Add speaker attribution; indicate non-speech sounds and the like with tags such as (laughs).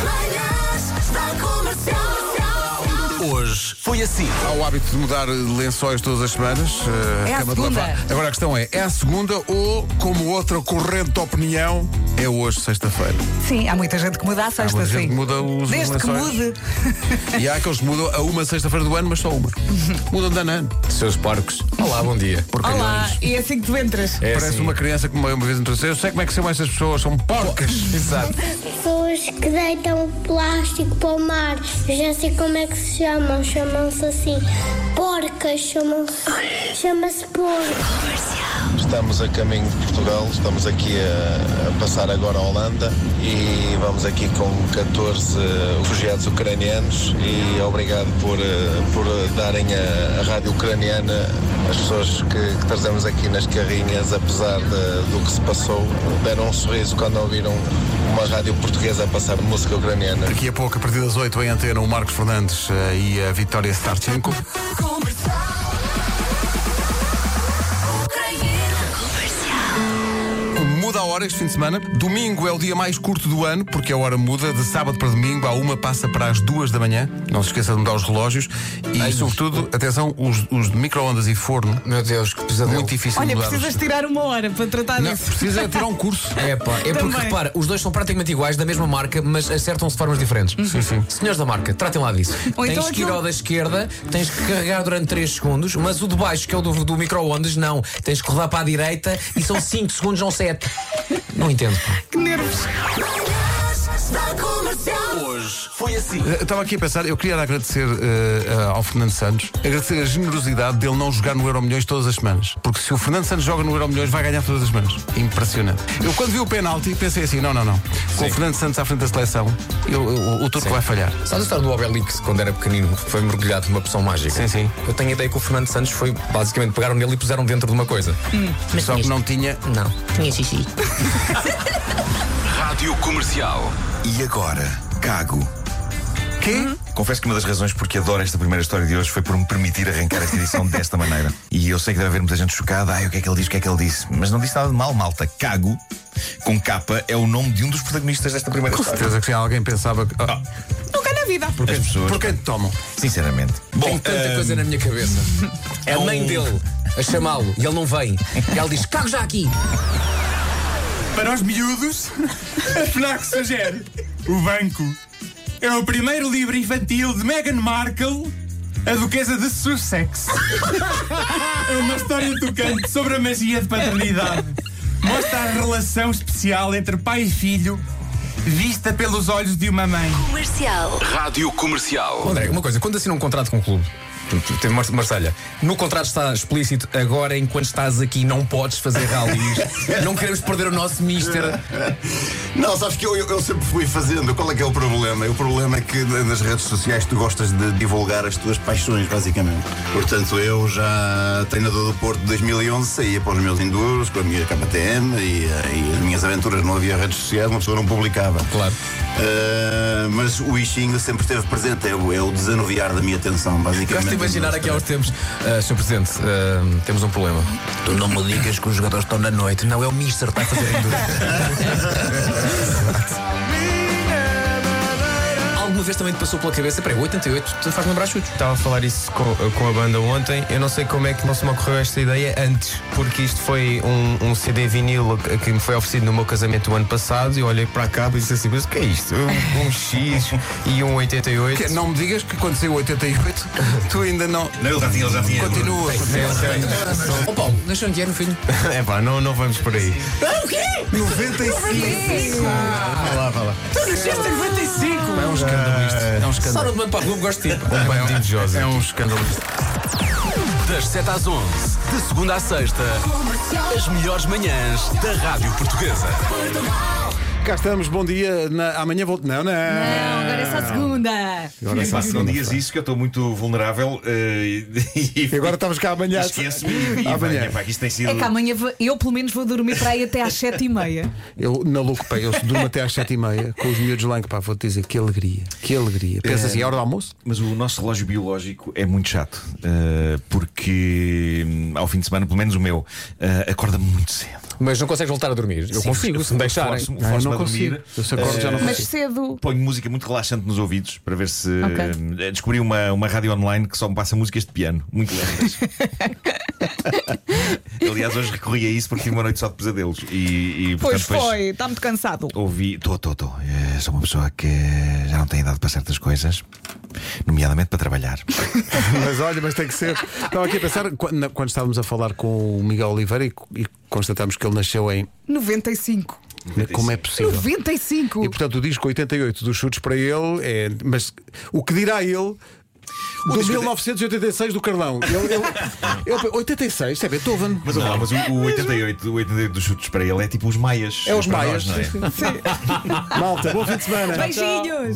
Speaker 1: Manhãs da Comercial.
Speaker 2: Hoje foi assim.
Speaker 3: Há o hábito de mudar eh, lençóis todas as semanas. eh,
Speaker 4: É a
Speaker 3: de
Speaker 4: segunda.
Speaker 3: lavar. Agora a questão é, é a segunda ou, como outra corrente de opinião, é hoje, sexta-feira.
Speaker 4: Sim, há muita gente que muda à sexta,
Speaker 3: muita gente
Speaker 4: sim.
Speaker 3: que muda os
Speaker 4: Desde que
Speaker 3: lençóis.
Speaker 4: mude.
Speaker 3: E há aqueles que mudam a uma sexta-feira do ano, mas
Speaker 4: (laughs)
Speaker 3: só uma. Mudam de ano a ano.
Speaker 2: Seus porcos. Olá, bom dia.
Speaker 4: Olá, e é assim que tu entras.
Speaker 2: É
Speaker 3: Parece
Speaker 2: assim.
Speaker 3: uma criança que uma uma vez entrou. Eu sei como é que são estas pessoas, são porcas.
Speaker 2: (laughs) Exato.
Speaker 5: pessoas que deitam plástico para o mar. Eu já sei como é que se chamam. Chamam-se assim. Porcas, chamam-se. Chama-se porco.
Speaker 6: Estamos a caminho de Portugal, estamos aqui a, a passar agora a Holanda e vamos aqui com 14 refugiados ucranianos e obrigado por, eh, por darem a, a rádio ucraniana às pessoas que, que trazemos aqui nas carrinhas, apesar de- do que se passou, deram um sorriso quando ouviram uma rádio portuguesa a passar música ucraniana.
Speaker 3: Daqui a pouco, a partir das 8 em antena, o Marcos Fernandes eh, e a Vitória Starchenko. Muda a hora este fim de semana. Domingo é o dia mais curto do ano, porque a hora muda. De sábado para domingo, à uma passa para as duas da manhã. Não se esqueça de mudar os relógios. E, sobretudo, atenção, os, os de micro-ondas e forno.
Speaker 2: Meu Deus, que pesadelo.
Speaker 3: Muito difícil
Speaker 4: Olha,
Speaker 3: mudar.
Speaker 4: precisas tirar uma hora para tratar
Speaker 3: Não,
Speaker 4: disso.
Speaker 3: precisa é tirar um curso.
Speaker 2: É, pá. é porque
Speaker 4: Também.
Speaker 2: repara, os dois são praticamente iguais, da mesma marca, mas acertam-se de formas diferentes. Sim, sim. Senhores da marca, tratem lá disso.
Speaker 4: Uhum. Ou
Speaker 2: tens
Speaker 4: então
Speaker 2: que ir
Speaker 4: aquilo-
Speaker 2: ao da esquerda, tens que carregar durante 3 segundos, mas o de baixo, que é o do, do micro-ondas, não. Tens que rodar para a direita e são 5 segundos, não 7. Não entendo. pá.
Speaker 4: Que nervos.
Speaker 1: Manhãs da Comercial.
Speaker 3: Eu Estava aqui a pensar, eu queria agradecer eh, eh, ao Fernando Santos, agradecer a generosidade dele não jogar no Euro Milhões todas as semanas. Porque se o Fernando Santos joga no Euro Milhões, vai ganhar todas as semanas. Impressionante. Eu quando vi o penalti pensei assim: não, não, não. Com o Fernando Santos à frente da seleção, eu- eu- o turco vai falhar.
Speaker 7: Sabes a história do Obelix quando era pequenino, que foi mergulhado numa poção mágica?
Speaker 3: Sim, sim.
Speaker 7: Eu tenho a ideia que o Fernando Santos foi basicamente pegaram nele e puseram dentro de uma coisa.
Speaker 3: Só que não tinha.
Speaker 7: Não.
Speaker 8: Rádio Comercial.
Speaker 9: E agora, cago.
Speaker 3: Quê?
Speaker 9: Confesso que uma das razões porque adoro esta primeira história de hoje foi por me permitir arrancar esta (laughs) edição desta maneira. E eu sei que deve haver muita gente chocada. Ai, o que é que ele diz? O que é que ele disse? Mas não disse nada de mal, malta. Cago, com capa, é o nome de um dos protagonistas desta primeira
Speaker 3: Com
Speaker 9: história.
Speaker 3: certeza que sim, alguém pensava que. Ah,
Speaker 4: Nunca na vida.
Speaker 3: porquê-
Speaker 9: As pessoas-
Speaker 3: porquê te tomam?
Speaker 9: Sinceramente. Bom,
Speaker 2: Tenho É tanta
Speaker 9: ah,
Speaker 2: coisa na minha cabeça. É a mãe
Speaker 9: um-
Speaker 2: dele a chamá-lo e ele não vem. E ela diz: carro já aqui.
Speaker 10: Para os miúdos, (laughs) a FNAC sugere o banco. É o primeiro livro infantil de Meghan Markle, a Duquesa de Sussex. É uma história tocante sobre a magia de paternidade. Mostra a relação especial entre pai e filho, vista pelos olhos de uma mãe.
Speaker 8: Rádio Comercial.
Speaker 7: André, uma coisa, quando assina um contrato com um clube, tu- tu- teve Mar- Marselha, no contrato está explícito, agora enquanto estás aqui não podes fazer
Speaker 2: (laughs)
Speaker 7: rallies, não queremos perder o nosso mister.
Speaker 11: Não, sabes que eu, eu, eu sempre fui fazendo. Qual é que é o problema? O problema é que na- nas redes sociais tu gostas de divulgar as tuas paixões, basicamente. Portanto, eu já, treinador do Porto de 2011, saía para os meus enduros com a minha KTM e, eh, e as minhas aventuras. Não havia redes sociais, uma pessoa não publicava.
Speaker 7: Claro.
Speaker 11: Eh, mas o Ixinho sempre esteve presente. É o, é o desanuviar da minha atenção, basicamente.
Speaker 7: Gosto de imaginar aqui há uns tempos, ah, Sr. Presidente, ah, temos um problema.
Speaker 2: Tu não me digas que os jogadores estão na noite. Não é o mister que está a fazer
Speaker 10: (laughs)
Speaker 2: enduro. Alguma vez também te passou pela cabeça, peraí, 88, tu faz lembrar chutes.
Speaker 10: Estava a falar isso com, com a banda ontem. Eu não sei como é que não se me ocorreu esta ideia antes, porque isto foi um, um CD vinil que- que me foi oferecido no meu casamento do ano passado. E eu olhei para a capa e disse assim: Mas o que é isto? Um, um X e um 88.
Speaker 3: Que- é, Não me digas que quando saiu
Speaker 10: (laughs)
Speaker 3: 88, tu ainda não.
Speaker 9: Não, ele já tinha, ele já tinha.
Speaker 3: Continua.
Speaker 7: Ó Paulo, nasceu um dinheiro, filho.
Speaker 10: (laughs) É pá, não, não vamos por aí.
Speaker 3: 95. É um escândalo isto. É um escândalo.
Speaker 7: Só não te mando para a rua, gosto de ti.
Speaker 3: Um bandido de José. É um escândalo.
Speaker 8: Das 7 às 11, de segunda à sexta, as melhores manhãs da Rádio Portuguesa.
Speaker 3: Cá estamos, bom dia. eh, Na- amanhã volto. Não, não.
Speaker 4: Não, agora é só a segunda.
Speaker 3: Agora é só
Speaker 9: Pá, não
Speaker 3: segunda.
Speaker 9: digas isso que eu estou muito vulnerável eh, (laughs) e,
Speaker 3: E agora estamos cá amanhã.
Speaker 9: esqueço-me e, e
Speaker 3: Amanhã.
Speaker 9: venha, pá, que isto tem sido.
Speaker 4: É que amanhã vou- eu, pelo menos, vou dormir para aí até às sete e meia.
Speaker 3: Eu, na louco, pá, eu durmo até às 7h30 com os miúdos lá em que, pá, vou-te dizer que alegria, que alegria. Pensa assim, é hora do almoço?
Speaker 9: Mas o nosso relógio biológico é muito chato, eh, porque hum, ao fim de semana, pelo menos o meu, eh, acorda muito cedo.
Speaker 7: Mas não consegues voltar a dormir. Eu consigo, se me deixarem.
Speaker 2: Ah,
Speaker 9: Forço-me forço-me a dormir. Eh,
Speaker 4: Mas cedo.
Speaker 9: Ponho música muito relaxante nos ouvidos para ver se.
Speaker 4: Ok.
Speaker 9: eh, Descobri uma, uma rádio online que só me passa músicas de piano, muito
Speaker 4: (laughs)
Speaker 9: lentas. Aliás, hoje recorri a isso porque tive uma noite só de pesadelos. E, e,
Speaker 4: Pois
Speaker 9: portanto, depois
Speaker 4: foi, está muito cansado.
Speaker 9: Ouvi. Estou, estou, estou. Eh, Sou uma pessoa que já não tem idade para certas coisas, nomeadamente para trabalhar.
Speaker 3: (laughs) Mas olha, mas tem que ser. Estava aqui a pensar, quando, na- quando estávamos a falar com o Miguel Oliveira e, co- e constatámos que ele nasceu em.
Speaker 4: 95.
Speaker 3: Como é possível?
Speaker 4: 95.
Speaker 3: E portanto o disco 88 dos chutes para ele é. Mas o que dirá ele? Do
Speaker 9: disco-
Speaker 3: 1986 do Carlão. Ele- ele- ele- 86, isto é Beethoven.
Speaker 9: Mas, olha lá, mas o, o 88, o 88 dos chutes para ele é tipo os maias.
Speaker 3: É os
Speaker 9: para
Speaker 3: maias.
Speaker 9: Nós, não
Speaker 3: (laughs)
Speaker 9: é?
Speaker 3: Malta, bom fim de semana.
Speaker 4: Beijinhos.